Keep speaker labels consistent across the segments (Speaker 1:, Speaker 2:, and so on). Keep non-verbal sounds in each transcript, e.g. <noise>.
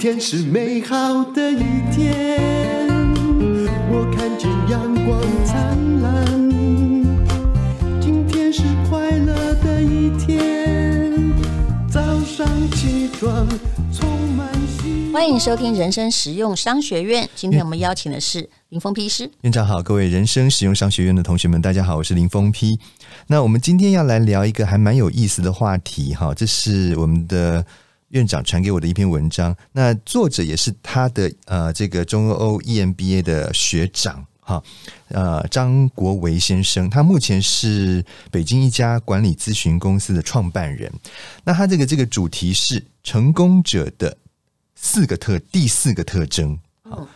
Speaker 1: 天是美好的一天，我看见阳光灿烂。今天是快乐的一天，早上起床充满希
Speaker 2: 欢迎收听人生实用商学院。今天我们邀请的是林峰医师。
Speaker 3: 院长好，各位人生实用商学院的同学们，大家好，我是林峰批。那我们今天要来聊一个还蛮有意思的话题哈，这是我们的院长传给我的一篇文章，那作者也是他的呃这个中欧 E EMBA 的学长哈，呃张国维先生，他目前是北京一家管理咨询公司的创办人。那他这个这个主题是成功者的四个特第四个特征。
Speaker 2: 嗯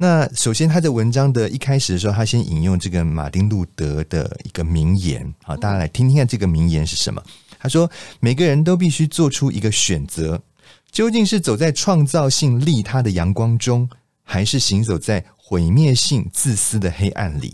Speaker 3: 那首先，他的文章的一开始的时候，他先引用这个马丁路德的一个名言，好，
Speaker 2: 嗯
Speaker 3: 大家来听听看这个名言是什么。他说：“每个人都必须做出一个选择，究竟是走在创造性利他的阳光中，还是行走在毁灭性自私的黑暗里？”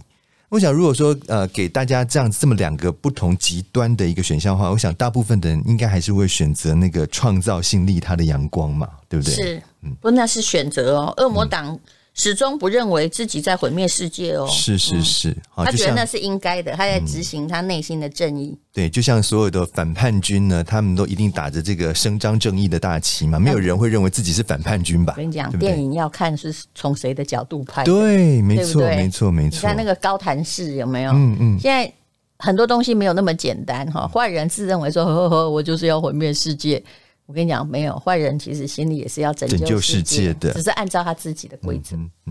Speaker 3: 我想，如果说呃给大家这样这么两个不同极端的一个选项的话，我想大部分的人应该还是会选择那个创造性利他的阳光嘛，对嗯不对？
Speaker 2: 是，不，那是选择哦。恶魔党始终不认为自己在毁灭世界哦，
Speaker 3: 是是是，好，
Speaker 2: 他
Speaker 3: 就
Speaker 2: 觉得
Speaker 3: 像
Speaker 2: 那是应该的，他在执行他内心的正义。
Speaker 3: 对，就像所有的反叛军呢，他们都一定打着这个伸张正义的大旗嘛，没有人会认为自己是反叛军吧？
Speaker 2: 我跟你讲，
Speaker 3: 对不
Speaker 2: 电
Speaker 3: 对？
Speaker 2: 影要看是从谁的角度拍的。
Speaker 3: 对，没
Speaker 2: 对不
Speaker 3: 错，
Speaker 2: 对
Speaker 3: 没错，没
Speaker 2: 你
Speaker 3: 错
Speaker 2: 看。那个高谭市有没有？
Speaker 3: 嗯嗯，
Speaker 2: 现在很多东西没有那么简单哈。坏人自认为说， <laughs> 呵呵呵，我就是要毁灭世界。我跟你讲，没有坏人，其实心里也是要拯
Speaker 3: 拯救
Speaker 2: 世
Speaker 3: 世界的
Speaker 2: 只是按照他自己的规
Speaker 3: 嗯
Speaker 2: 则。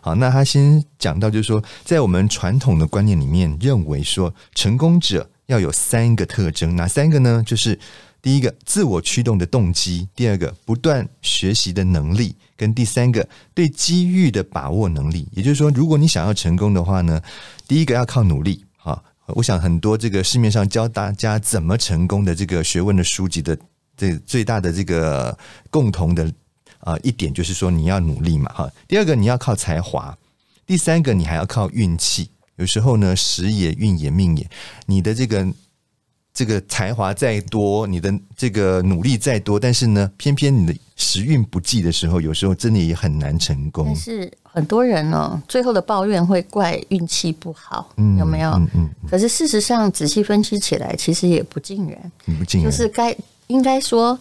Speaker 3: 好，那他先讲到，就是说，在我们传统的观念里面，认为说成功者要有三个特征，哪三个呢？就是第一个，自我驱动的动机；第二个，不断学习的能力；跟第三个，对机遇的把握能力。也就是说，如果你想要成功的话呢，第一个要靠努力，哈。我想很多这个市面上教大家怎么成功的这个学问的书籍的这最大的这个共同的啊、一点就是说你要努力嘛，哈。第二个你要靠才华，第三个你还要靠运气。有时候呢，时也运也命也，你的这个这个才华再多，你的这个努力再多，但是呢，偏偏你的时运不济的时候，有时候真的也很难成功
Speaker 2: 但。是很多人哦，最后的抱怨会怪运气不好，有没有？
Speaker 3: 嗯嗯，
Speaker 2: 可是事实上，仔细分析起来，其实也不尽然。
Speaker 3: 你不进
Speaker 2: 就是该应该说，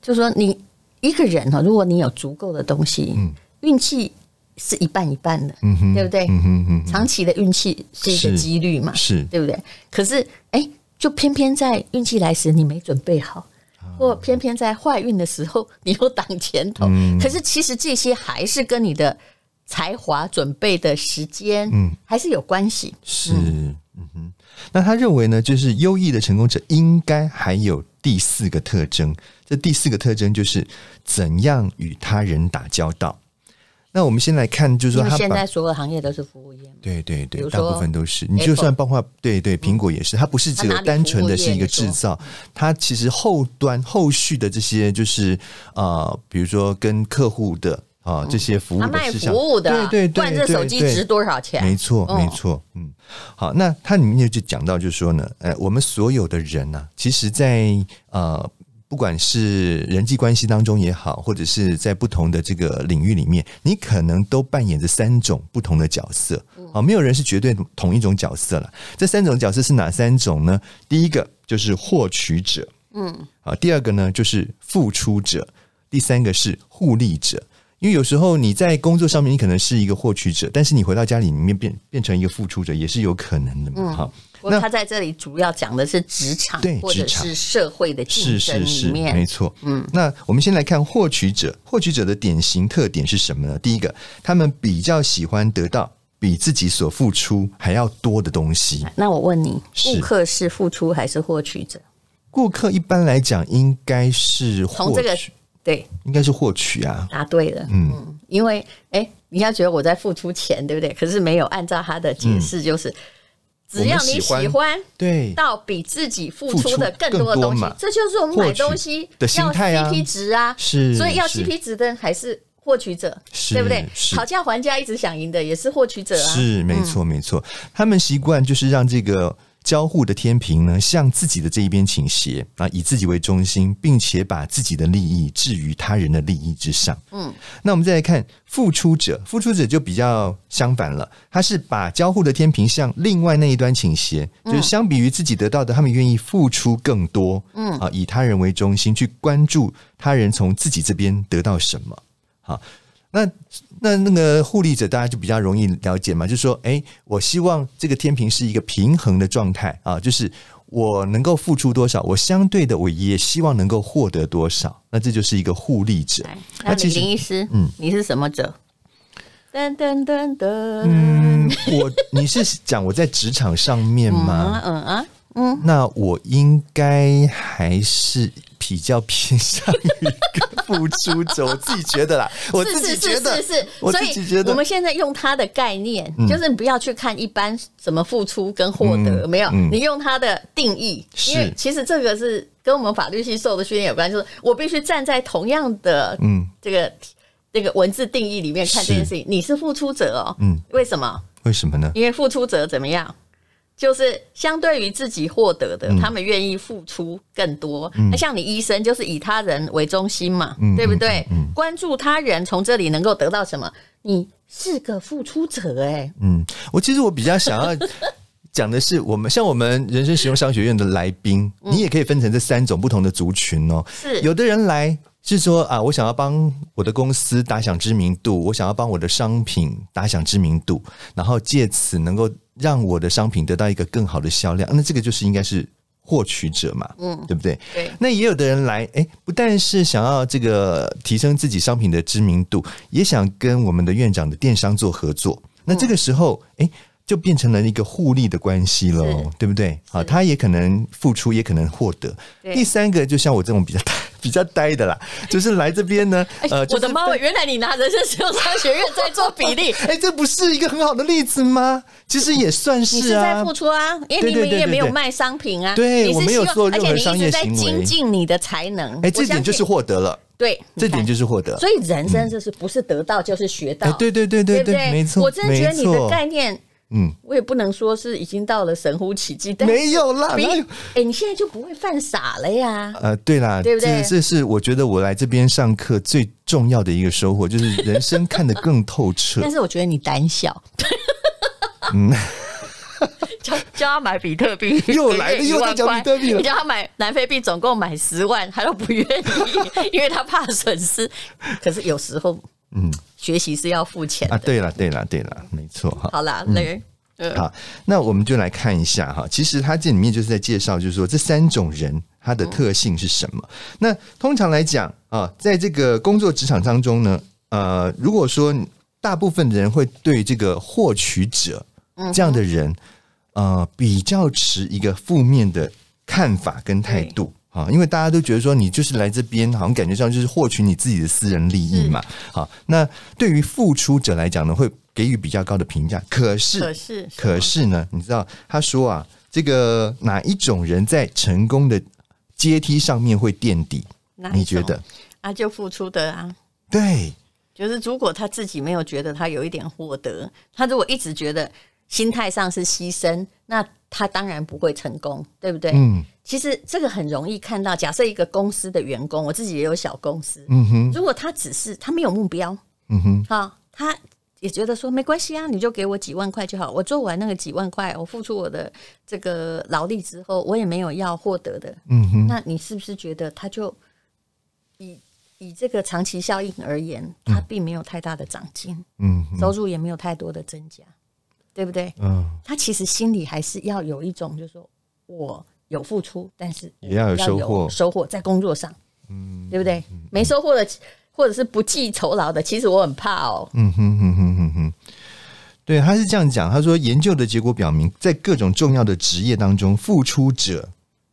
Speaker 2: 就说你一个人哈，如果你有足够的东西，运气是一半一半的，
Speaker 3: 嗯哼
Speaker 2: 对不对？
Speaker 3: 嗯哼嗯
Speaker 2: 长期的运气是一个
Speaker 3: 是
Speaker 2: 几率嘛
Speaker 3: 哼，，是
Speaker 2: 对不对？可是哎，就偏偏在运气来时你没准备好。
Speaker 3: 啊
Speaker 2: 或偏偏在坏运的时候，你又挡前头，
Speaker 3: 嗯
Speaker 2: 可是其实这些还是跟你的才华、准备的时间，
Speaker 3: 嗯
Speaker 2: 还是有关系。
Speaker 3: 是，嗯哼。那他认为呢，就是优异的成功者应该还有第四个特征，这第四个特征就是怎样与他人打交道。那我们先来看，就是说
Speaker 2: 因为
Speaker 3: 他
Speaker 2: 现
Speaker 3: 把
Speaker 2: 在所有行业都是服务业嘛，
Speaker 3: 对对
Speaker 2: 比
Speaker 3: 对
Speaker 2: 如，
Speaker 3: 大部
Speaker 2: 说嗯
Speaker 3: 分都是。你就算包括对对，苹果也是，它不是只
Speaker 2: 它哪
Speaker 3: 有
Speaker 2: 里
Speaker 3: 单纯的是一个
Speaker 2: 服务
Speaker 3: 制
Speaker 2: 业
Speaker 3: 造，它其实后端后续的这些就是呃，比如说跟客户的啊、这些服务
Speaker 2: 他
Speaker 3: 的
Speaker 2: 嗯卖
Speaker 3: 事
Speaker 2: 服
Speaker 3: 项，
Speaker 2: 务的，啊
Speaker 3: 对对
Speaker 2: 不
Speaker 3: 对
Speaker 2: 然
Speaker 3: 对，
Speaker 2: 这手机
Speaker 3: 对
Speaker 2: 值多少钱？
Speaker 3: 没错，
Speaker 2: 嗯
Speaker 3: 没错，嗯，好，那它里面就讲到，就是说呢，呃，我们所有的人呢、其实在呃，不管是人际关系当中也好，或者是在不同的这个领域里面，你可能都扮演着三种不同的角色啊、没有人是绝对同一种角色了。这三种角色是哪三种呢？第一个就是获取者，
Speaker 2: 嗯
Speaker 3: 啊，第二个呢就是付出者，第三个是互利者。因为有时候你在工作上面，你可能是一个获取者，但是你回到家里里面变变成一个付出者，也是有可能的
Speaker 2: 嗯
Speaker 3: 嘛。哈、
Speaker 2: 不过他在这里主要讲的是职场
Speaker 3: 对
Speaker 2: 或者
Speaker 3: 职场
Speaker 2: 是社会的竞
Speaker 3: 是
Speaker 2: 争
Speaker 3: 是
Speaker 2: 里
Speaker 3: 是，
Speaker 2: 面，
Speaker 3: 没错。嗯，那我们先来看获取者，获取者的典型特点是什么呢？第一个，他们比较喜欢得到比自己所付出还要多的东西。
Speaker 2: 那我问你，
Speaker 3: 是
Speaker 2: 顾客是付出还是获取者？
Speaker 3: 顾客一般来讲应该是获取，
Speaker 2: 从这个对，
Speaker 3: 应该是获取啊。
Speaker 2: 答对了。嗯，因为哎、你要觉得我在付出钱，对不对？可是没有按照他的解释，就是、只要你
Speaker 3: 我们
Speaker 2: 喜
Speaker 3: 喜
Speaker 2: 欢。
Speaker 3: 对，
Speaker 2: 到比自己付
Speaker 3: 付
Speaker 2: 出
Speaker 3: 出
Speaker 2: 的更多的
Speaker 3: 更多
Speaker 2: 东西
Speaker 3: 嘛，
Speaker 2: 这就是我们买东西
Speaker 3: 获取的心态啊
Speaker 2: 要 CP 值啊，
Speaker 3: 是
Speaker 2: 所以要
Speaker 3: 是
Speaker 2: CP 值的还是获取者，
Speaker 3: 是
Speaker 2: 对不对？
Speaker 3: 是
Speaker 2: 讨价还价一直想赢的也是获取者
Speaker 3: 嗯
Speaker 2: 啊，
Speaker 3: 是，没错，没错。他们习惯就是让这个交互的天平呢向自己的这一边倾斜啊，以自己为中心，并且把自己的利益置于他人的利益之上。嗯，那我们再来看付出者，付出者就比较相反了，他是把交互的天平向另外那一端倾斜，就是相比于自己得到的，他们愿意付出更多。嗯啊，以他人为中心去关注他人从自己这边得到什么。好，那那那个互利者，大家就比较容易了解嘛，就是说，哎、我希望这个天平是一个平衡的状态啊，就是我能够付出多少，我相对的我也希望能够获得多少，那这就是一个互利者。
Speaker 2: 那
Speaker 3: 其
Speaker 2: 李
Speaker 3: 实
Speaker 2: 林医师，
Speaker 3: 嗯
Speaker 2: 你是什么者？噔噔噔噔，
Speaker 3: 嗯，我你是讲我在职场上面
Speaker 2: 嗯
Speaker 3: 吗
Speaker 2: 啊？嗯啊，
Speaker 3: 那我应该还是比较偏 <laughs> 向于一个付出者，我自己觉得啦，我
Speaker 2: 是
Speaker 3: 自己
Speaker 2: 是
Speaker 3: 觉
Speaker 2: 是
Speaker 3: 得，
Speaker 2: 是是，
Speaker 3: 我
Speaker 2: 所
Speaker 3: 自己觉
Speaker 2: 以
Speaker 3: 得，
Speaker 2: 我们现在用它的概念，就是你不要去看一般怎么付出跟获
Speaker 3: 嗯
Speaker 2: 得，没有
Speaker 3: 嗯，
Speaker 2: 你用它的定义，
Speaker 3: 是
Speaker 2: 因为其实这个是跟我们法律系受的训练有关，就是我必须站在同样的
Speaker 3: 嗯，
Speaker 2: 这个这个文字定义里面看
Speaker 3: 是
Speaker 2: 这件事情，你是付出者哦，
Speaker 3: 嗯，
Speaker 2: 为什么？
Speaker 3: 为什么呢？
Speaker 2: 因为付出者怎么样？就是相对于自己获得
Speaker 3: 嗯
Speaker 2: 的，他们愿意付出更多。那像你医生，就是以他人为中心嘛，
Speaker 3: 嗯
Speaker 2: 对不对？
Speaker 3: 嗯嗯
Speaker 2: 关注他人，从这里能够得到什么？你是个付出者、哎，
Speaker 3: 嗯，我其实我比较想要讲的是，我们像我们人生实用商学院的来宾，你也可以分成这三种不同的族群哦。
Speaker 2: 是
Speaker 3: 有的人来是说啊，我想要帮我的公司打响知名度，我想要帮我的商品打响知名度，然后借此能够让我的商品得到一个更好的销量，那这个就是应该是获取者嘛，嗯，对不对？
Speaker 2: 对
Speaker 3: 那也有的人来，哎，不但是想要这个提升自己商品的知名度，也想跟我们的院长的电商做合作。那这个时候，哎、就变成了一个互利的关系喽
Speaker 2: 是，
Speaker 3: 对不对？啊，他也可能付出，也可能获得。
Speaker 2: 对
Speaker 3: 第三个，就像我这种比较呆、 <laughs> 比较呆的啦，就是来这边呢，
Speaker 2: <laughs> 哎、
Speaker 3: 呃，就
Speaker 2: 我的
Speaker 3: 是
Speaker 2: 妈！我原来你拿人生实用商学院在 <laughs> 做比例，
Speaker 3: 哎，这不 <laughs> 是一个很好的例子吗？其实也算
Speaker 2: 你是
Speaker 3: 是
Speaker 2: 在
Speaker 3: 啊
Speaker 2: 付。出啊，因为
Speaker 3: 对
Speaker 2: 你
Speaker 3: 对对
Speaker 2: 们也没有
Speaker 3: 对对
Speaker 2: 卖商品啊，
Speaker 3: 对
Speaker 2: 你是
Speaker 3: 我没有
Speaker 2: 希望
Speaker 3: 做任何
Speaker 2: 而且
Speaker 3: 商
Speaker 2: 你一
Speaker 3: 业
Speaker 2: 直在
Speaker 3: 行为
Speaker 2: 精进你的才能。
Speaker 3: 哎，这
Speaker 2: 我相
Speaker 3: 点就是
Speaker 2: 信
Speaker 3: 获得了，
Speaker 2: 对，
Speaker 3: 这点
Speaker 2: 你看
Speaker 3: 就是获得。
Speaker 2: 所以人生就是不是得到就是学到，
Speaker 3: 哎，对对对对
Speaker 2: 对不对？
Speaker 3: 没错，
Speaker 2: 我真的觉得你
Speaker 3: 没
Speaker 2: 的
Speaker 3: 错
Speaker 2: 概念，
Speaker 3: 嗯，
Speaker 2: 我也不能说是已经到了神乎其技，但
Speaker 3: 没有啦，
Speaker 2: 比
Speaker 3: 哪有
Speaker 2: 哎、你现在就不会犯傻了呀。
Speaker 3: 呃，对啦，
Speaker 2: 对不对
Speaker 3: 这这是我觉得我来这边上课最重要的一个收获，就是人生看得更透彻
Speaker 2: <laughs> 但。是我觉得你胆小，
Speaker 3: 嗯
Speaker 2: <laughs> 叫叫他买比特币，
Speaker 3: 又来了
Speaker 2: 每月
Speaker 3: 又在讲
Speaker 2: 1万
Speaker 3: 比特币了
Speaker 2: 块你叫他买南非币，总共买十万，他都不愿意， <laughs> 因为他怕损失。可是有时候，嗯，学习是要付钱的。
Speaker 3: 啊，对啦，对啦，对啦，没错哈。
Speaker 2: 好啦，那个，嗯
Speaker 3: 好，那我们就来看一下哈。其实它这里面就是在介绍，就是说这三种人他
Speaker 2: 嗯
Speaker 3: 的特性是什么。那通常来讲啊，在这个工作职场当中呢，呃，如果说大部分的人会对这个获取者
Speaker 2: 嗯
Speaker 3: 这样的人，呃，比较持一个负面的看法跟态度。啊，因为大家都觉得说你就是来这边，好像感觉上就是获取你自己的私人利益嘛。好，那对于付出者来讲呢，会给予比较高的评价。可是，
Speaker 2: 可是
Speaker 3: 可是呢，你知道他说啊，这个哪一种人在成功的阶梯上面会垫底
Speaker 2: 哪？一
Speaker 3: 你觉
Speaker 2: 种
Speaker 3: 得？
Speaker 2: 啊，就付出的啊，
Speaker 3: 对，
Speaker 2: 就是如果他自己没有觉得他有一点获得，他如果一直觉得心态上是牺牲，那他当然不会成功，对不对？
Speaker 3: 嗯
Speaker 2: 其实这个很容易看到。假设一个公司的员工，我自己也有小公司，
Speaker 3: 嗯哼，
Speaker 2: 如果他只是他没有目标，
Speaker 3: 嗯哼，
Speaker 2: 哈、他也觉得说没关系啊，你就给我几万块就好，我做完那个几万块，我付出我的这个劳力之后，我也没有要获得的，
Speaker 3: 嗯哼，
Speaker 2: 那你是不是觉得他就以以这个长期效应而言，他并没有太大的长进，
Speaker 3: 嗯哼，
Speaker 2: 收入也没有太多的增加，对不对？
Speaker 3: 嗯，
Speaker 2: 他其实心里还是要有一种，就是说我有付出，但是我
Speaker 3: 也要有收获
Speaker 2: 收获在工作上，嗯，对不对？没收获的，或者是不计酬劳的，其实我很怕哦。
Speaker 3: 嗯哼，哼哼哼哼。对，他是这样讲，他说研究的结果表明，在各种重要的职业当中，付出者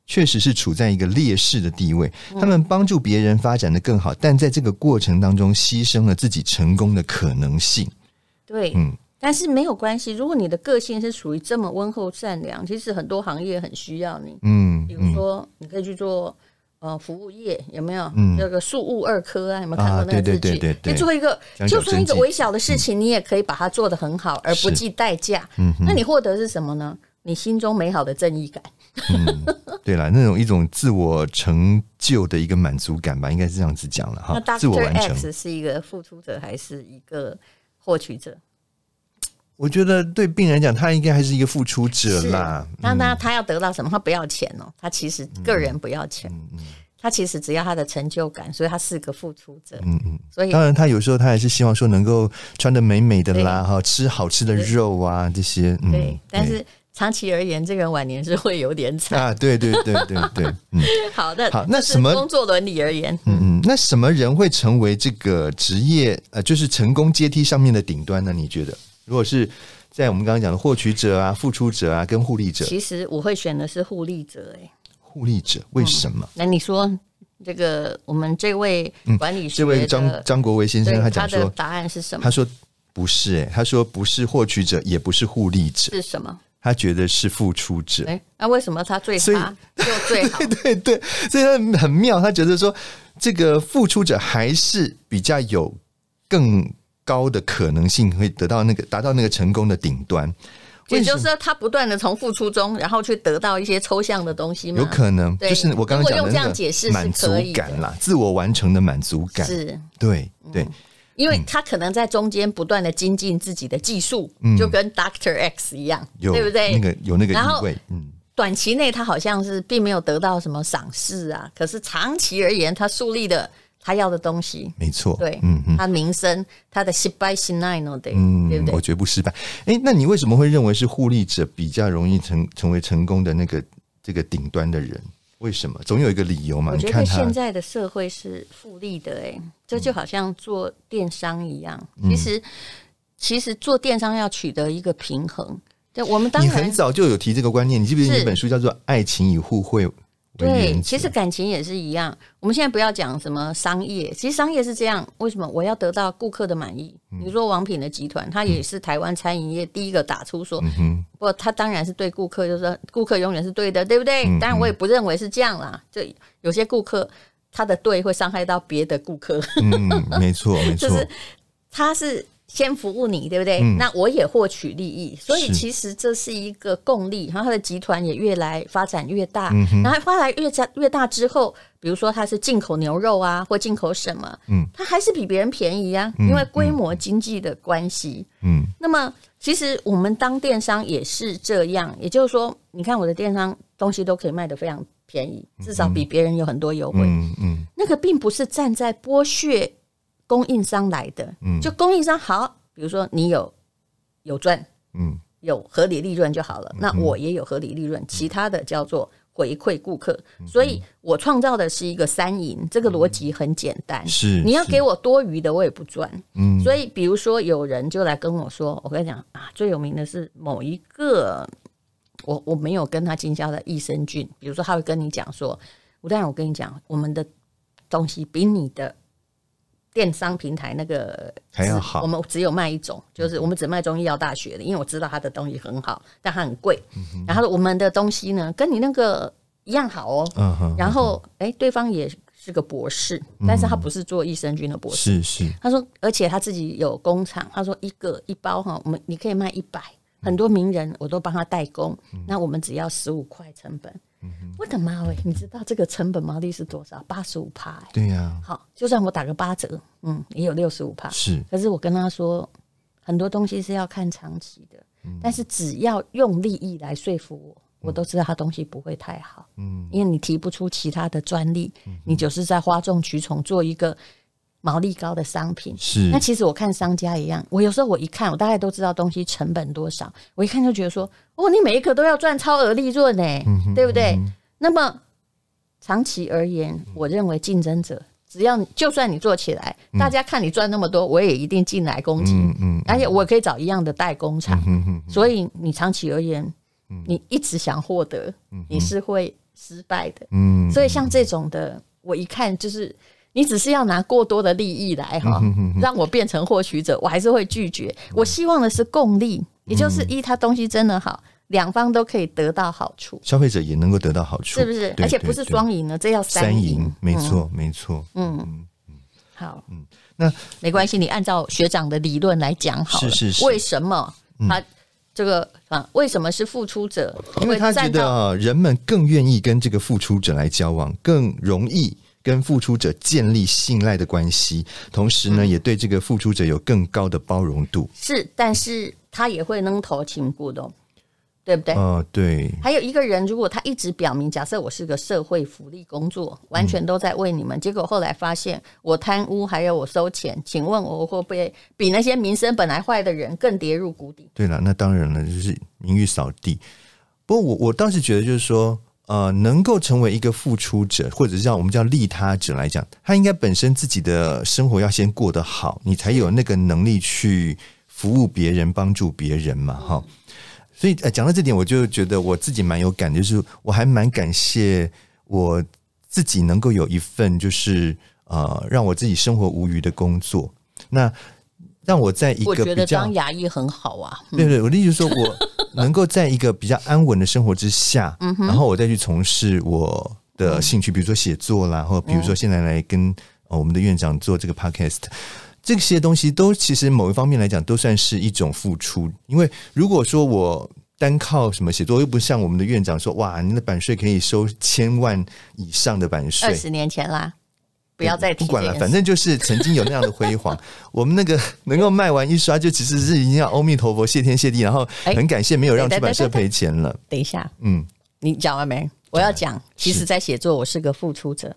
Speaker 3: 确实是处在一个劣势的地位。
Speaker 2: 嗯
Speaker 3: 他们帮助别人发展的更好，但在这个过程当中，牺牲了自己成功的可能性。
Speaker 2: 对，
Speaker 3: 嗯
Speaker 2: 但是没有关系，如果你的个性是属于这么温厚善良，其实很多行业很需要你，
Speaker 3: 嗯
Speaker 2: 比如
Speaker 3: 嗯，
Speaker 2: 说你可以去做呃服务业，有没有？
Speaker 3: 嗯
Speaker 2: 那个数物二科啊，有没有看
Speaker 3: 啊
Speaker 2: 过那个
Speaker 3: 对
Speaker 2: 字
Speaker 3: 对
Speaker 2: 句？
Speaker 3: 对对对
Speaker 2: 你做一个
Speaker 3: 讲
Speaker 2: 就
Speaker 3: 讲
Speaker 2: 算一
Speaker 3: 真
Speaker 2: 个
Speaker 3: 迹嗯
Speaker 2: 微小的事情，你也可以把它做得很好，而不
Speaker 3: 是
Speaker 2: 计代价。
Speaker 3: 嗯哼
Speaker 2: 那你获得是什么呢？你心中美好的正义感。
Speaker 3: 对啦，那种一种自我成就的一个满足感吧，应该是这样子讲了
Speaker 2: 那
Speaker 3: 哈，自我
Speaker 2: Doctor
Speaker 3: 完成。
Speaker 2: X 是一个付出者还是一个获取者？
Speaker 3: 我觉得对病人来讲，他应该还是一个付出者啦。
Speaker 2: 那那他要得到什么？他不要钱哦，他其实个人不要钱，
Speaker 3: 嗯
Speaker 2: 他其实只要他的成就感，所以他是个付出者。
Speaker 3: 嗯嗯，
Speaker 2: 所以
Speaker 3: 当然他有时候他还是希望说能够穿的美美的啦，哈，吃好吃的肉啊这些。嗯，
Speaker 2: 对，但是长期而言，这个人晚年是会有点惨。
Speaker 3: 啊，对对对对
Speaker 2: <laughs>
Speaker 3: 对，嗯
Speaker 2: 好的，
Speaker 3: 好那
Speaker 2: 这是
Speaker 3: 什么
Speaker 2: 工作伦理而言，
Speaker 3: 嗯嗯，那什么人会成为这个职业呃，就是成功阶梯上面的顶端呢？你觉得，如果是在我们刚刚讲的获取者啊、付出者啊跟互利者，
Speaker 2: 其实我会选的是互利者。哎，
Speaker 3: 互利者
Speaker 2: 嗯
Speaker 3: 为什么？
Speaker 2: 那你说这个我们这位管理学
Speaker 3: 嗯这
Speaker 2: 的、
Speaker 3: 位张张国维先生
Speaker 2: 对
Speaker 3: 他
Speaker 2: 他
Speaker 3: 讲
Speaker 2: 的
Speaker 3: 说，
Speaker 2: 答案是什么
Speaker 3: 他？说不是、欸，他说不是获取者，也不是互利者，
Speaker 2: 是什么？
Speaker 3: 他觉得是付出者。
Speaker 2: 哎，那为什么他最
Speaker 3: 所以
Speaker 2: 差就最好？
Speaker 3: <laughs> 对对，所以他很妙，他觉得说这个付出者还是比较有更高的可能性会得到那个达到那个成功的顶端。
Speaker 2: <laughs> 也
Speaker 3: 为什
Speaker 2: 就
Speaker 3: 么
Speaker 2: 是说他不断的从付出中，然后去得到一些抽象的东西嘛。
Speaker 3: 有可能
Speaker 2: 对
Speaker 3: 就是我刚刚
Speaker 2: 如
Speaker 3: 讲
Speaker 2: 果
Speaker 3: 的
Speaker 2: 用这
Speaker 3: 那
Speaker 2: 样解释
Speaker 3: 个
Speaker 2: 是
Speaker 3: 满足
Speaker 2: 可以的
Speaker 3: 感啦，自我完成的满足感。
Speaker 2: 是嗯
Speaker 3: 对对，
Speaker 2: 因为他可能在中间不断的精进自己的技术，就跟 Doctor X 一样，
Speaker 3: 嗯有
Speaker 2: 对不对？
Speaker 3: 那个有那个
Speaker 2: 然后
Speaker 3: 意味，嗯，
Speaker 2: 短期内他好像是并没有得到什么赏识啊，可是长期而言，他树立的他要的东西，
Speaker 3: 没错，
Speaker 2: 对，
Speaker 3: 嗯嗯。
Speaker 2: 他名声，他的失败心奈呢，对，对
Speaker 3: 嗯
Speaker 2: 不，
Speaker 3: 我
Speaker 2: 对？
Speaker 3: 绝不失败。哎，那你为什么会认为是互利者比较容易成成为成功的那个这个顶端的人？为什么？总有一个理由嘛。
Speaker 2: 我
Speaker 3: 你
Speaker 2: 觉
Speaker 3: 看
Speaker 2: 得
Speaker 3: 他
Speaker 2: 现，在的社会是复利的、欸，这就好像做电商一样，
Speaker 3: 嗯
Speaker 2: 其实其实做电商要取得一个平衡。对，我们当
Speaker 3: 你
Speaker 2: 然
Speaker 3: 很早就有提这个观念，你记不记得
Speaker 2: 是
Speaker 3: 有一本书叫做《爱情以互惠为
Speaker 2: 对，
Speaker 3: 原则
Speaker 2: 其实感情也是一样。我们现在不要讲什么商业，其实商业是这样，为什么我要得到顾客的满意？比
Speaker 3: 嗯
Speaker 2: 如说王品的集团，它也是台湾餐饮业第一个打出说，
Speaker 3: 嗯
Speaker 2: 不，他当然是对顾客，就是说顾客永远是对的，对不对？
Speaker 3: 嗯
Speaker 2: 当然我也不认为是这样啦，就有些顾客他的对会伤害到别的顾客，
Speaker 3: 嗯，没错，没错
Speaker 2: <laughs> 就，是他是先服务你，对不对？那我也获取利益，所以
Speaker 3: 嗯是
Speaker 2: 其实这是一个共利。然后他的集团也越来发展越大，
Speaker 3: 嗯
Speaker 2: 然后发展越大越大之后，比如说他是进口牛肉啊，或进口什么，
Speaker 3: 嗯，
Speaker 2: 他还是比别人便宜啊，因为规模经济的关系。
Speaker 3: 嗯
Speaker 2: 那么其实我们当电商也是这样，也就是说，你看我的电商东西都可以卖得非常便宜，至少比别人有很多优惠。
Speaker 3: 嗯嗯
Speaker 2: 那个并不是站在剥削供应商来的，
Speaker 3: 嗯
Speaker 2: 就供应商好，比如说你有有赚
Speaker 3: 嗯，
Speaker 2: 有合理利润就好了，那我也有合理利润，其他的叫做回馈顾客，
Speaker 3: 嗯
Speaker 2: 所以我创造的是一个三赢，这个逻辑很简单。
Speaker 3: 是
Speaker 2: 你要
Speaker 3: 是
Speaker 2: 给我多余的，我也不赚。
Speaker 3: 嗯
Speaker 2: 所以比如说有人就来跟我说，我跟你讲啊，最有名的是某一个，我我没有跟他经销的益生菌，比如说他会跟你讲说，吴大人，我跟你讲，我们的东西比你的电商平台那个
Speaker 3: 还要
Speaker 2: 只
Speaker 3: 好嗯
Speaker 2: 我们只有卖一种，就是我们只卖中医药大学的，因为我知道它的东西很好，但它很贵。
Speaker 3: 嗯
Speaker 2: 然后我们的东西呢，跟你那个一样好哦。
Speaker 3: 嗯哼，
Speaker 2: 然后哎、对方也是个博士，
Speaker 3: 嗯
Speaker 2: 但是他不是做益生菌的博士。
Speaker 3: 是是，
Speaker 2: 他说，而且他自己有工厂，他说一个一包哈，我们你可以卖一百，很多名人我都帮他代工，那我们只要十五块成本。我的妈喂，你知道这个成本毛利是多少？八十五趴。欸
Speaker 3: 对呀、
Speaker 2: 好，就算我打个八折，嗯，也有六十五趴。
Speaker 3: 是
Speaker 2: 可是我跟他说，很多东西是要看长期的，但是只要用利益来说服我，我都知道他东西不会太好，嗯，因为你提不出其他的专利，你就是在哗众取宠做一个毛利高的商品。
Speaker 3: 是
Speaker 2: 那，其实我看商家一样，我有时候我一看，我大概都知道东西成本多少，我一看就觉得说，哦，你每一个都要赚超额利润呢、
Speaker 3: 嗯
Speaker 2: 对不对？那么长期而言，
Speaker 3: 嗯
Speaker 2: 我认为竞争者。只要你就算你做起来，大家看你赚那么多，我也一定进来攻击，
Speaker 3: 嗯嗯
Speaker 2: 而且我可以找一样的代工厂，
Speaker 3: 嗯哼，
Speaker 2: 所以你长期而言，你一直想获得，你是会失败的。
Speaker 3: 嗯，
Speaker 2: 所以像这种的，我一看就是你只是要拿过多的利益来
Speaker 3: 嗯
Speaker 2: 哈，让我变成获取者，我还是会拒绝。我希望的是共
Speaker 3: 嗯
Speaker 2: 利，也就是一，它东西真的好，两方都可以得到好处，
Speaker 3: 消费者也能够得到好处，
Speaker 2: 是不是？
Speaker 3: 对
Speaker 2: 而且不是
Speaker 3: 对对
Speaker 2: 双赢哦呢，这要
Speaker 3: 三
Speaker 2: 赢
Speaker 3: 赢，。没错，没错，
Speaker 2: 嗯，好，嗯，
Speaker 3: 那
Speaker 2: 没关系，你按照学长的理论来讲好了，
Speaker 3: 是是是嗯
Speaker 2: 为什么他？这个啊，为什么是付出者？
Speaker 3: 因为他觉
Speaker 2: 站
Speaker 3: 得
Speaker 2: 到
Speaker 3: 啊，人们更愿意跟这个付出者来交往，更容易跟付出者建立信赖的关系，同时呢，也对这个付出者有更高的包容度。
Speaker 2: 是，但是他也会扔头请顾的哦，对不对？
Speaker 3: 嗯、对，
Speaker 2: 还有一个人，如果他一直表明，假设我是个社会福利工作，完全都在为你们，结果后来发现我贪污，还有我收钱，请问我会不会比那些名声本来坏的人更跌入谷底？
Speaker 3: 对了，那当然了，就是名誉扫地。不过我我倒是觉得，就是说，呃，能够成为一个付出者，或者是叫我们叫利他者来讲，他应该本身自己的生活要先过得好，你才有那个能力去服务别人、帮助别人嘛，哈。所以，呃，讲到这点，我就觉得我自己蛮有感，就是我还蛮感谢我自己能够有一份，就是呃，让我自己生活无余的工作。那让我在一
Speaker 2: 我
Speaker 3: 个
Speaker 2: 觉
Speaker 3: 比
Speaker 2: 得
Speaker 3: 较
Speaker 2: 当牙医很好啊，
Speaker 3: 对对，我的意思是说我能够在一个比较安稳的生活之下，然后我再去从事我的兴趣，比如说写作啦，或比如说现在来跟、呃我们的院长做这个 podcast。这些东西都其实某一方面来讲都算是一种付出，因为如果说我单靠什么写作，又不像我们的院长说哇，你的版税可以收千万以上的版税
Speaker 2: 二，十年前啦，不要再提
Speaker 3: 不管了
Speaker 2: 这，件
Speaker 3: 反
Speaker 2: 事
Speaker 3: 正就是曾经有那样的辉
Speaker 2: <laughs>
Speaker 3: 煌。我们那个能够卖完一刷，就其实是已经要阿弥陀佛，谢天谢地，然后
Speaker 2: 哎
Speaker 3: 很感谢没有让
Speaker 2: 对
Speaker 3: 出
Speaker 2: 对
Speaker 3: 版社
Speaker 2: 对对对
Speaker 3: 赔钱了。
Speaker 2: 等一下，
Speaker 3: 嗯，
Speaker 2: 你讲完没？我要讲，其实，在写作，我是个付出者。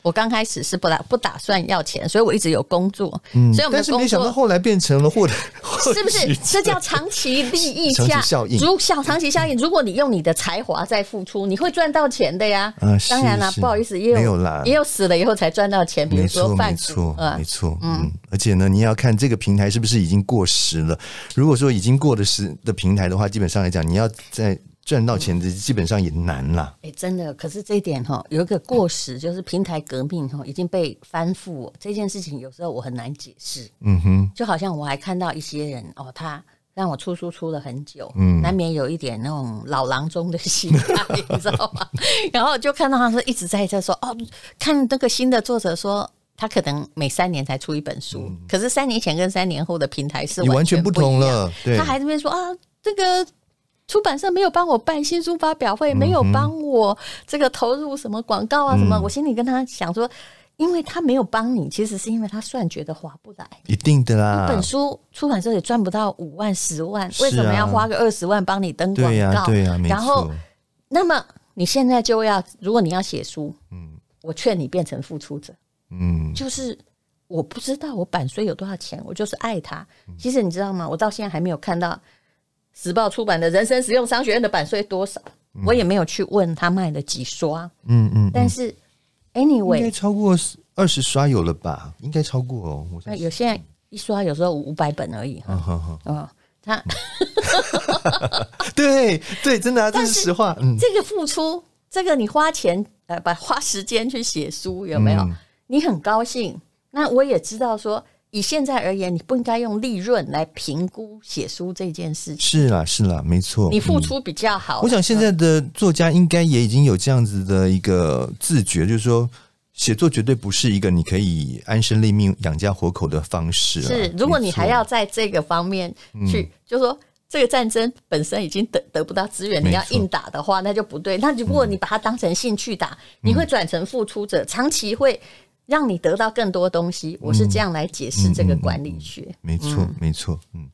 Speaker 2: 我刚开始是不打不打算要钱，所以我一直有工作，所以我们
Speaker 3: 嗯但
Speaker 2: 的
Speaker 3: 是
Speaker 2: 工
Speaker 3: 没想到
Speaker 2: 作
Speaker 3: 后来变成了获得，获
Speaker 2: <laughs> 是不是
Speaker 3: 取
Speaker 2: 这叫长期利益
Speaker 3: 长期
Speaker 2: 价
Speaker 3: 效应
Speaker 2: 如小长期效应，如果你用你的才华在付出，你会赚到钱的呀。
Speaker 3: 啊是
Speaker 2: 当然啦，
Speaker 3: 是
Speaker 2: 不好意思，也有
Speaker 3: 没有啦
Speaker 2: 也有死了以后才赚到钱，比如
Speaker 3: 没
Speaker 2: 说
Speaker 3: 错，
Speaker 2: 贩
Speaker 3: 没
Speaker 2: 毒
Speaker 3: 错，
Speaker 2: 啊
Speaker 3: 没。错，嗯，而且呢，你也要看这个平台是不是已经过时了。如果说已经过了时的平台的话，基本上来讲，你要再赚到钱的，基本上也难啦。
Speaker 2: 哎，真的，可是这一点哈、有一个过时，就是平台革命哈、已经被翻覆这件事情，有时候我很难解释。
Speaker 3: 嗯哼，
Speaker 2: 就好像我还看到一些人哦，他让我出书出了很久，嗯，难免有一点那种老郎中的心态，你知道
Speaker 3: <laughs>
Speaker 2: 吗？然后就看到他说一直在在说哦，看那个新的作者说。他可能每三年才出一本书，可是三年前跟三年后的平台是
Speaker 3: 嗯你完全
Speaker 2: 不
Speaker 3: 不
Speaker 2: 一样
Speaker 3: 同。了，对，
Speaker 2: 他还这边说啊，这个出版社没有帮我办新书发表会，没有帮
Speaker 3: 嗯
Speaker 2: 我这个投入什么广告啊什么。我心里跟他想说，因为他没有帮你，其实是因为他算觉得划不来。
Speaker 3: 一定的啦，
Speaker 2: 本书出版社也赚不到五万、十万，
Speaker 3: 啊是啊
Speaker 2: 为什么要花个二十万帮你登广告？
Speaker 3: 对呀、对呀、没
Speaker 2: 然后
Speaker 3: 错，，
Speaker 2: 那么你现在就要，如果你要写书，我劝你变成付出者，
Speaker 3: 嗯，
Speaker 2: 就是我不知道我版税有多少钱，我就是爱它。
Speaker 3: 嗯
Speaker 2: 其实你知道吗？我到现在还没有看到时报出版的《人生实用商学院》的版税多少，我也没有去问他卖了几刷。
Speaker 3: 嗯嗯，
Speaker 2: 但是
Speaker 3: 应该
Speaker 2: ，anyway，
Speaker 3: 超过二十刷有了吧？应该超过哦，我
Speaker 2: 那
Speaker 3: 想
Speaker 2: 有些人一刷有时候五百本而已哈。
Speaker 3: 嗯哼哼
Speaker 2: 嗯，他。
Speaker 3: <laughs> 对对，真的、啊，这是实话。嗯，
Speaker 2: 这个付出，这个你花钱呃，把花时间去写书，有没有？
Speaker 3: 嗯
Speaker 2: 你很高兴。那我也知道说，以现在而言，你不应该用利润来评估写书这件事情，
Speaker 3: 是啦是啦，没错。
Speaker 2: 你
Speaker 3: 嗯
Speaker 2: 付出比较好。
Speaker 3: 我想现在的作家应该也已经有这样子的一个自觉，就是说。写作绝对不是一个你可以安身立命、养家活口的方式啊啦。
Speaker 2: 是，如果你
Speaker 3: 没错
Speaker 2: 还要在这个方面去，
Speaker 3: 嗯
Speaker 2: 就说这个战争本身已经得得不到资源，
Speaker 3: 没
Speaker 2: 你要
Speaker 3: 错
Speaker 2: 硬打的话，那就不对。那如果你把它当成兴趣打，
Speaker 3: 嗯
Speaker 2: 你会转成付出者，长期会让你得到更多东西。我是
Speaker 3: 嗯
Speaker 2: 这样来解释这个管理学。
Speaker 3: 没错，没错，嗯。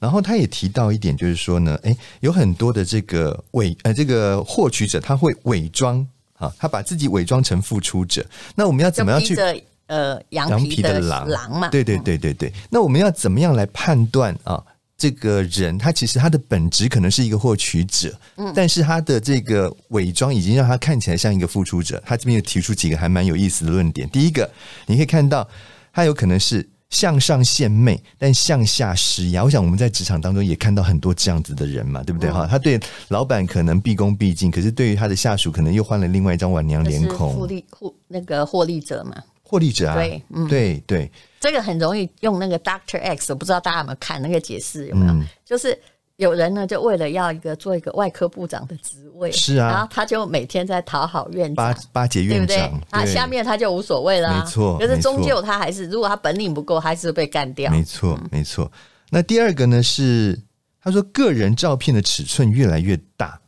Speaker 3: 然后他也提到一点，就是说呢，诶，有很多的这个伪呃这个获取者，他会伪装啊，他把自己伪装成付出者。那我们要
Speaker 2: 就
Speaker 3: 怎么样
Speaker 2: 逼
Speaker 3: 去
Speaker 2: 着呃羊
Speaker 3: 羊
Speaker 2: 皮
Speaker 3: 皮的
Speaker 2: 狼
Speaker 3: 狼
Speaker 2: 嘛？
Speaker 3: 对对对对对。那我们要怎么样来判断啊？这个人他其实他的本质可能是一个获取者，
Speaker 2: 嗯
Speaker 3: 但是他的这个伪装已经让他看起来像一个付出者。他这边有提出几个还蛮有意思的论点。第一个，你可以看到他有可能是向上献媚，但向下施压。我想我们在职场当中也看到很多这样子的人嘛，对
Speaker 2: 嗯
Speaker 3: 不对哈？他对老板可能毕恭毕敬，可是对于他的下属可能又换了另外一张碗娘
Speaker 2: 就是
Speaker 3: 脸
Speaker 2: 获
Speaker 3: 孔。
Speaker 2: 利获那个获利者嘛，
Speaker 3: 获利者啊，
Speaker 2: 对嗯
Speaker 3: 对对，
Speaker 2: 这个很容易用那个 Doctor X，我不知道大家有没有看那个解释有没有？
Speaker 3: 嗯
Speaker 2: 就是有人呢，就为了要一个做一个外科部长的职位，
Speaker 3: 是啊
Speaker 2: 然后他就每天在讨好院
Speaker 3: 巴
Speaker 2: 长。
Speaker 3: 巴结
Speaker 2: 对不
Speaker 3: 院
Speaker 2: 对
Speaker 3: 长，？
Speaker 2: 啊，
Speaker 3: 对
Speaker 2: 下面他就无所谓啦、
Speaker 3: 没错
Speaker 2: 可是
Speaker 3: 没
Speaker 2: 终
Speaker 3: 错
Speaker 2: 究他还是，如果他本领不够，还是被干掉。
Speaker 3: 没错，没错。那第二个呢是，他说个人照片的尺寸越来越大，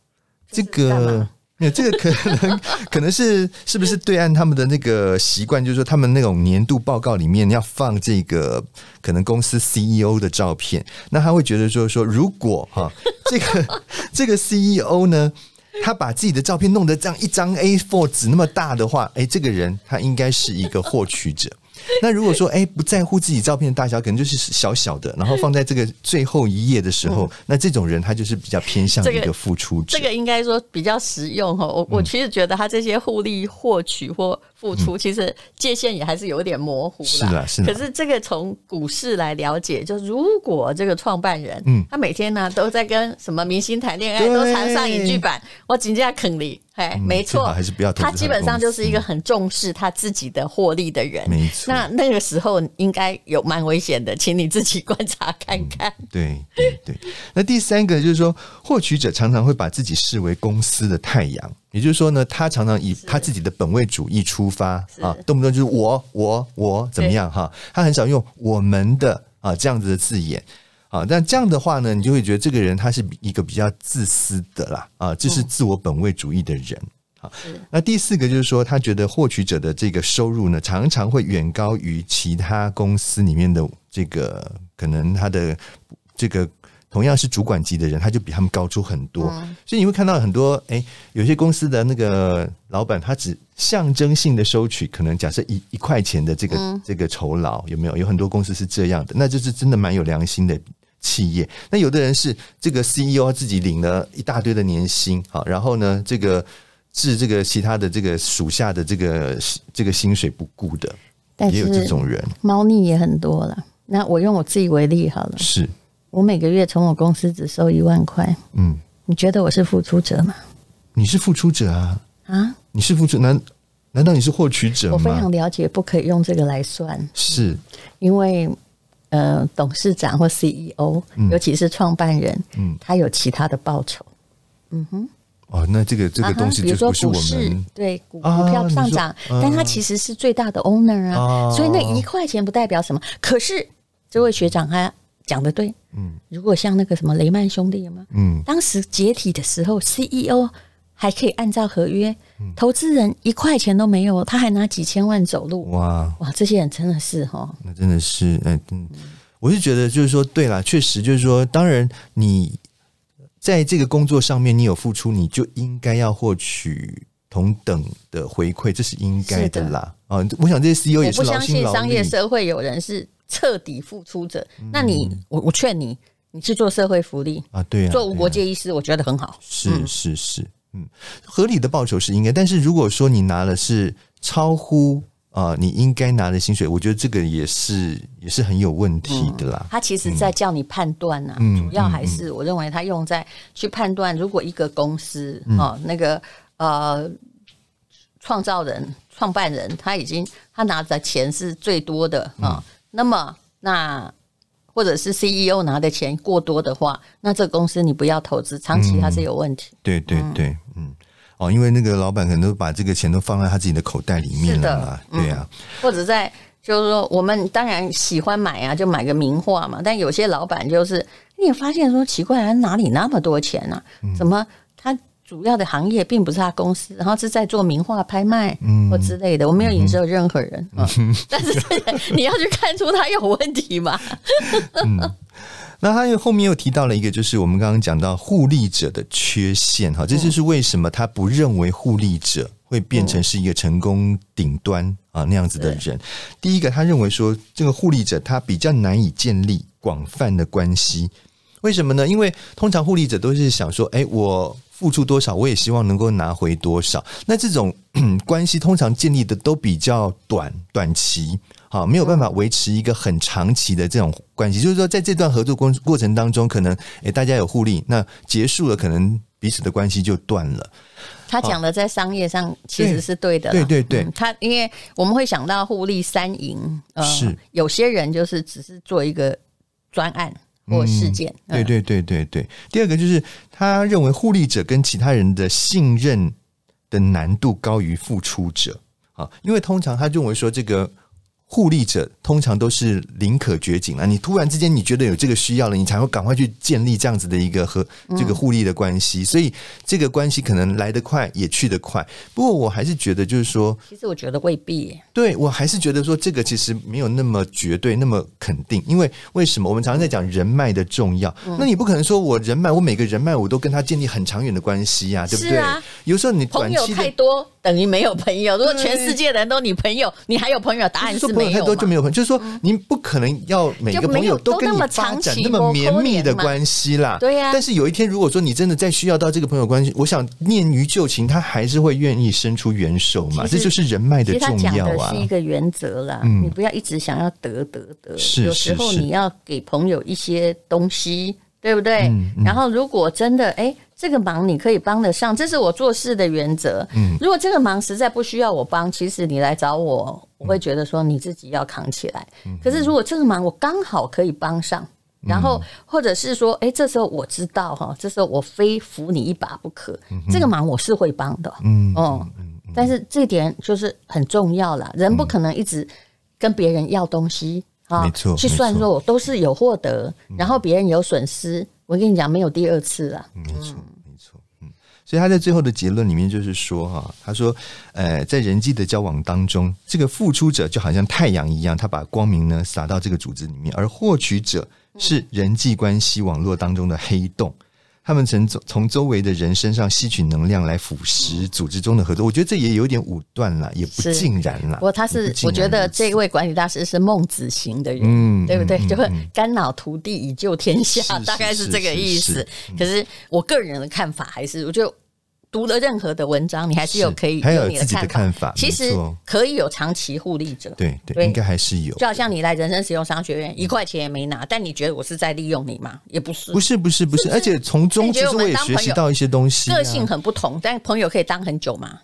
Speaker 3: 这
Speaker 2: 这是干
Speaker 3: 个
Speaker 2: 嘛。 <laughs>
Speaker 3: 没有，这个可能可能是是不是对岸他们的那个习惯，就是说他们那种年度报告里面要放这个可能公司 CEO 的照片，那他会觉得就是说，如果哈、这个 <laughs> 这个 CEO 呢，他把自己的照片弄得这样一张 A4 纸那么大的话，哎，这个人他应该是一个获取者。那如果说哎不在乎自己照片的大小，可能就是小小的，然后放在这个最后一页的时候，那这种人他就是比较偏向
Speaker 2: 嗯这
Speaker 3: 一
Speaker 2: 个
Speaker 3: 个付出者。
Speaker 2: 这个应该说比较实用哈。
Speaker 3: 嗯
Speaker 2: 我我其实觉得他这些互利获取或付出，其实界限也还是有点模糊
Speaker 3: 嗯
Speaker 2: 啦
Speaker 3: 是啦是啦
Speaker 2: 可是这个从股市来了解，就如果这个创办人，
Speaker 3: 嗯
Speaker 2: 他每天呢都在跟什么明星谈恋爱，
Speaker 3: 对嗯
Speaker 2: 都常上影剧版，我请假肯你，哎，没
Speaker 3: 最
Speaker 2: 错，
Speaker 3: 好还是不要投资
Speaker 2: 他
Speaker 3: 他的
Speaker 2: 基本上就
Speaker 3: 公司
Speaker 2: 是一个很重视他自己的获利的人，
Speaker 3: 没错
Speaker 2: 那那个时候应该有蛮危险的，请你自己观察看看。
Speaker 3: 对对对。那第三个就是说，获取者常常会把自己视为公司的太阳，也就是说呢，他常常以他自己的本位主义出发啊，动不动就是我我我怎么样哈、他很少用我们的啊这样子的字眼。啊，但这样的话呢，你就会觉得这个人他是一个比较自私的啦，啊，这是自我本位主义的人。好，那第四个就是说，他觉得获取者的这个收入呢，常常会远高于其他公司里面的这个可能他的这个同样是主管级的人，他就比他们高出很多。所以你会看到很多哎、诶有些公司的那个老板，他只象征性的收取，可能假设一一块钱的这个、这个酬劳，有没有？有很多公司是这样的，那就是真的蛮有良心的。企业，那有的人是这个 CEO 自己领了一大堆的年薪，好，然后呢，这个置这个其他的这个属下的这个这个薪水不顾的，
Speaker 2: 但
Speaker 3: 也有这种人，
Speaker 2: 猫腻也很多了。那我用我自己为例好了，
Speaker 3: 是，
Speaker 2: 我每个月从我公司只收一万块，
Speaker 3: 嗯，
Speaker 2: 你觉得我是付出者吗？
Speaker 3: 你是付出者啊，
Speaker 2: 啊，
Speaker 3: 你是付出难难道你是获取者
Speaker 2: 我非
Speaker 3: 吗
Speaker 2: 常？了解，不可以用这个来算，
Speaker 3: 是，
Speaker 2: 因为呃，董事长或 CEO，、尤其是创办人，
Speaker 3: 嗯
Speaker 2: 他有其他的报酬。
Speaker 3: 哦，那这个这个
Speaker 2: 啊哈
Speaker 3: 东西
Speaker 2: 比如
Speaker 3: 就不
Speaker 2: 说
Speaker 3: 是
Speaker 2: 股
Speaker 3: 我
Speaker 2: 市
Speaker 3: 们，
Speaker 2: 对股
Speaker 3: 啊
Speaker 2: 股票
Speaker 3: 你
Speaker 2: 上
Speaker 3: 说
Speaker 2: 涨，但他
Speaker 3: 啊
Speaker 2: 其实是最大的 owner 啊，
Speaker 3: 啊
Speaker 2: 所以那一块钱不代表什么。可是这位学长他讲的对，嗯，如果像那个什么雷曼兄弟有吗？
Speaker 3: 嗯，
Speaker 2: 当时解体的时候，CEO 还可以按照合约，
Speaker 3: 嗯
Speaker 2: 投资人一块钱都没有，他还拿几千万走路。
Speaker 3: 哇，
Speaker 2: 哇，这些人真的是哦哈，
Speaker 3: 那真的是，嗯嗯，我是觉得就是说，对啦，确实就是说，当然你在这个工作上面你有付出，你就应该要获取同等的回馈，这是应该的啦。啊、我想这些 CEO
Speaker 2: 我
Speaker 3: 也
Speaker 2: 不
Speaker 3: 是劳
Speaker 2: 相
Speaker 3: 心
Speaker 2: 信
Speaker 3: 劳
Speaker 2: 商
Speaker 3: 力
Speaker 2: 业，社会有人是彻底付出者。那你，
Speaker 3: 嗯
Speaker 2: 我我劝你，你去做社会福利，
Speaker 3: 啊，对啊，
Speaker 2: 做无
Speaker 3: 对啊
Speaker 2: 国界医师，我觉得很好。
Speaker 3: 是是是，嗯，合理的报酬是应该，但是如果说你拿的是超乎啊、呃你应该拿的薪水，我觉得这个也是也是很有问
Speaker 2: 嗯
Speaker 3: 题的啦。
Speaker 2: 他其实在叫你判断呐、
Speaker 3: 嗯
Speaker 2: 主要还是我认为他用在去判断，如果一个公司
Speaker 3: 嗯
Speaker 2: 哦，那个呃，创造人、创办人他已经他拿的钱是最多的
Speaker 3: 嗯
Speaker 2: 啊、哦那么那或者是 CEO 拿的钱过多的话，那这个公司你不要投资，长期
Speaker 3: 嗯
Speaker 2: 它是有问题。
Speaker 3: 对对对，嗯，哦，因为那个老板可能都把这个钱都放在他自己的口袋里面了嘛，
Speaker 2: 是的嗯
Speaker 3: 对啊，
Speaker 2: 或者在就是说，我们当然喜欢买啊，就买个名画嘛。但有些老板就是，你也发现说奇怪，他哪里那么多钱啊？
Speaker 3: 嗯
Speaker 2: 怎么他主要的行业并不是他公司，然后是在做名画拍卖
Speaker 3: 嗯
Speaker 2: 或之类的？我没有影射任何人啊，但是 <laughs> 这个你要去看出他有问题嘛？
Speaker 3: 那他又后面又提到了一个，就是我们刚刚讲到互利者的缺陷哈，这就是为什么他不认为互利者会变成是一个成功顶端啊那样子的人。第一个，他认为说这个互利者他比较难以建立广泛的关系，为什么呢？因为通常互利者都是想说，哎，我付出多少，我也希望能够拿回多少。那这种关系通常建立的都比较短短期，好，没有办法维持一个很长期的这种关系。就是说，在这段合作过过程当中，可能哎大家有互利，那结束了，可能彼此的关系就断了。
Speaker 2: 他讲的在商业上其实是对的啦，
Speaker 3: 对对对对
Speaker 2: 嗯他因为我们会想到互利三赢，呃
Speaker 3: 是
Speaker 2: 有些人就是只是做一个专案或事件，嗯
Speaker 3: 对对对对对。第二个就是他认为互利者跟其他人的信任的难度高于付出者啊，因为通常他认为说这个互利者通常都是宁可绝境啊！你突然之间你觉得有这个需要了，你才会赶快去建立这样子的一个和这个互利的关系，所以这个关系可能来得快，也去得快。不过我还是觉得，就是说，
Speaker 2: 其实我觉得未必，
Speaker 3: 对我还是觉得说这个其实没有那么绝对，那么肯定。因为为什么我们常常在讲人脉的重要？
Speaker 2: 嗯
Speaker 3: 那你不可能说我人脉，我每个人脉我都跟他建立很长远的关系呀、对不
Speaker 2: 是
Speaker 3: 对？
Speaker 2: 啊
Speaker 3: 有时候你短
Speaker 2: 朋友
Speaker 3: 期
Speaker 2: 太
Speaker 3: 的。
Speaker 2: 多等于没有朋友。如果全世界人都你朋友，你还有朋友？答
Speaker 3: 不
Speaker 2: 案
Speaker 3: 是
Speaker 2: 是
Speaker 3: 说朋友
Speaker 2: 没
Speaker 3: 太
Speaker 2: 有
Speaker 3: 多
Speaker 2: 嘛。嗯
Speaker 3: 就没有朋友，就是说您不可能要每个
Speaker 2: 就没
Speaker 3: 朋友
Speaker 2: 有
Speaker 3: 都
Speaker 2: 都
Speaker 3: 跟
Speaker 2: 那
Speaker 3: 你
Speaker 2: 么
Speaker 3: 发
Speaker 2: 长
Speaker 3: 展
Speaker 2: 期
Speaker 3: 那么
Speaker 2: 或
Speaker 3: 绵
Speaker 2: 勾
Speaker 3: 密
Speaker 2: 连
Speaker 3: 的
Speaker 2: 嘛
Speaker 3: 关系啦。
Speaker 2: 对呀
Speaker 3: 但是有一天，如果说你真的再需要到这个朋友关系，我想念于旧情，他还是会愿意伸出援手嘛。
Speaker 2: 其
Speaker 3: 这
Speaker 2: 实
Speaker 3: 就是人脉
Speaker 2: 其
Speaker 3: 的
Speaker 2: 实他
Speaker 3: 重
Speaker 2: 讲
Speaker 3: 要
Speaker 2: 的
Speaker 3: 啊
Speaker 2: 是。一个原则啦，
Speaker 3: 嗯
Speaker 2: 你不要一直想要得得得，
Speaker 3: 是
Speaker 2: 有时候
Speaker 3: 是是
Speaker 2: 你要给朋友一些东西，对不对？
Speaker 3: 嗯嗯
Speaker 2: 然后如果真的哎、这个忙你可以帮得上，这是我做事的原则。
Speaker 3: 嗯
Speaker 2: 如果这个忙实在不需要我帮，其实你来找我，我
Speaker 3: 嗯
Speaker 2: 会觉得说你自己要扛起来。可是如果这个忙我刚好可以帮上。
Speaker 3: 嗯
Speaker 2: 然后，或者是说，哎，这时候我知道哈，这时候我非扶你一把不可。这个忙我是会帮的，
Speaker 3: 嗯
Speaker 2: 哦，但是这点就是很重要啦，人不可能一直跟别人要东西啊，
Speaker 3: 没错嗯
Speaker 2: 去算
Speaker 3: 没
Speaker 2: 说我都是有获得，然后别人有损失，我跟你讲没有第二次啊。
Speaker 3: 没错，没错，嗯。所以他在最后的结论里面就是说，哈，他说，呃，在人际的交往当中，这个付出者就好像太阳一样，他把光明呢洒到这个组织里面，而获取者
Speaker 2: 嗯
Speaker 3: 是人际关系网络当中的黑洞。他们从从周围的人身上吸取能量来腐蚀组织中的合作，我觉得这也有点武断了，也不
Speaker 2: 嗯是
Speaker 3: 尽然了。
Speaker 2: 不过他
Speaker 3: 也
Speaker 2: 是
Speaker 3: 不，尽
Speaker 2: 我觉
Speaker 3: 然
Speaker 2: 得
Speaker 3: 如此
Speaker 2: 这位管理大师是孟子型的人，
Speaker 3: 嗯
Speaker 2: 对不对？
Speaker 3: 嗯嗯
Speaker 2: 就会
Speaker 3: 嗯
Speaker 2: 肝脑涂地以救天下，
Speaker 3: 是是
Speaker 2: 大概是这个意
Speaker 3: 是
Speaker 2: 思
Speaker 3: 是。嗯
Speaker 2: 可是我个人的看法还是，我觉得读了任何的文章，你还是有
Speaker 3: 是
Speaker 2: 可以
Speaker 3: 还有
Speaker 2: 你
Speaker 3: 自己的看法
Speaker 2: 其实
Speaker 3: 没错
Speaker 2: 可以有长期互利者，
Speaker 3: 对对，
Speaker 2: 对
Speaker 3: 应该还是有。
Speaker 2: 就好像你来人生使用商学
Speaker 3: 嗯
Speaker 2: 院，一块钱也没拿，但你觉得我是在利用你吗？也不是，
Speaker 3: 不是不是不是，而且从中
Speaker 2: 你
Speaker 3: 其
Speaker 2: 觉得
Speaker 3: 实
Speaker 2: 我们
Speaker 3: 我也
Speaker 2: 当
Speaker 3: 学
Speaker 2: 朋
Speaker 3: 习
Speaker 2: 友
Speaker 3: 到一些东西、啊。
Speaker 2: 个性很不同，但朋友可以当很久嘛。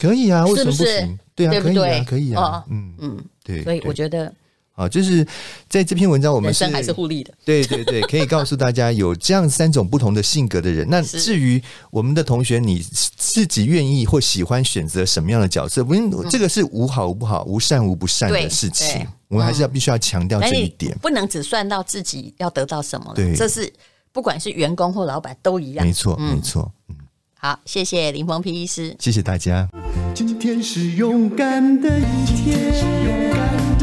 Speaker 3: 可以啊，为什么
Speaker 2: 是不是
Speaker 3: 行？对啊，
Speaker 2: 对不
Speaker 3: 可以啊，
Speaker 2: 对
Speaker 3: 可以啊
Speaker 2: 哦，
Speaker 3: 嗯嗯，对，
Speaker 2: 所以我
Speaker 3: 对
Speaker 2: 觉得
Speaker 3: 啊，就是在这篇文章我们
Speaker 2: 人
Speaker 3: 是
Speaker 2: 生还是互利的。
Speaker 3: 对对对，可以告诉大家有这样三种不同的性格的人。那
Speaker 2: 是
Speaker 3: 至于我们的同学，你自己愿意或喜欢选择什么样的角色，不，这个是无好无不好，无善无不善的
Speaker 2: 嗯对
Speaker 3: 事情
Speaker 2: 对。嗯
Speaker 3: 我们还是要必须要强调
Speaker 2: 而
Speaker 3: 这
Speaker 2: 且
Speaker 3: 一点。
Speaker 2: 不能只算到自己要得到什么了
Speaker 3: 对
Speaker 2: 这是不管是员工或老板都一样
Speaker 3: 没。错，没错，嗯，
Speaker 2: 好，谢谢林峰皮医师。
Speaker 3: 谢谢大家。
Speaker 1: 今天是勇敢的一天，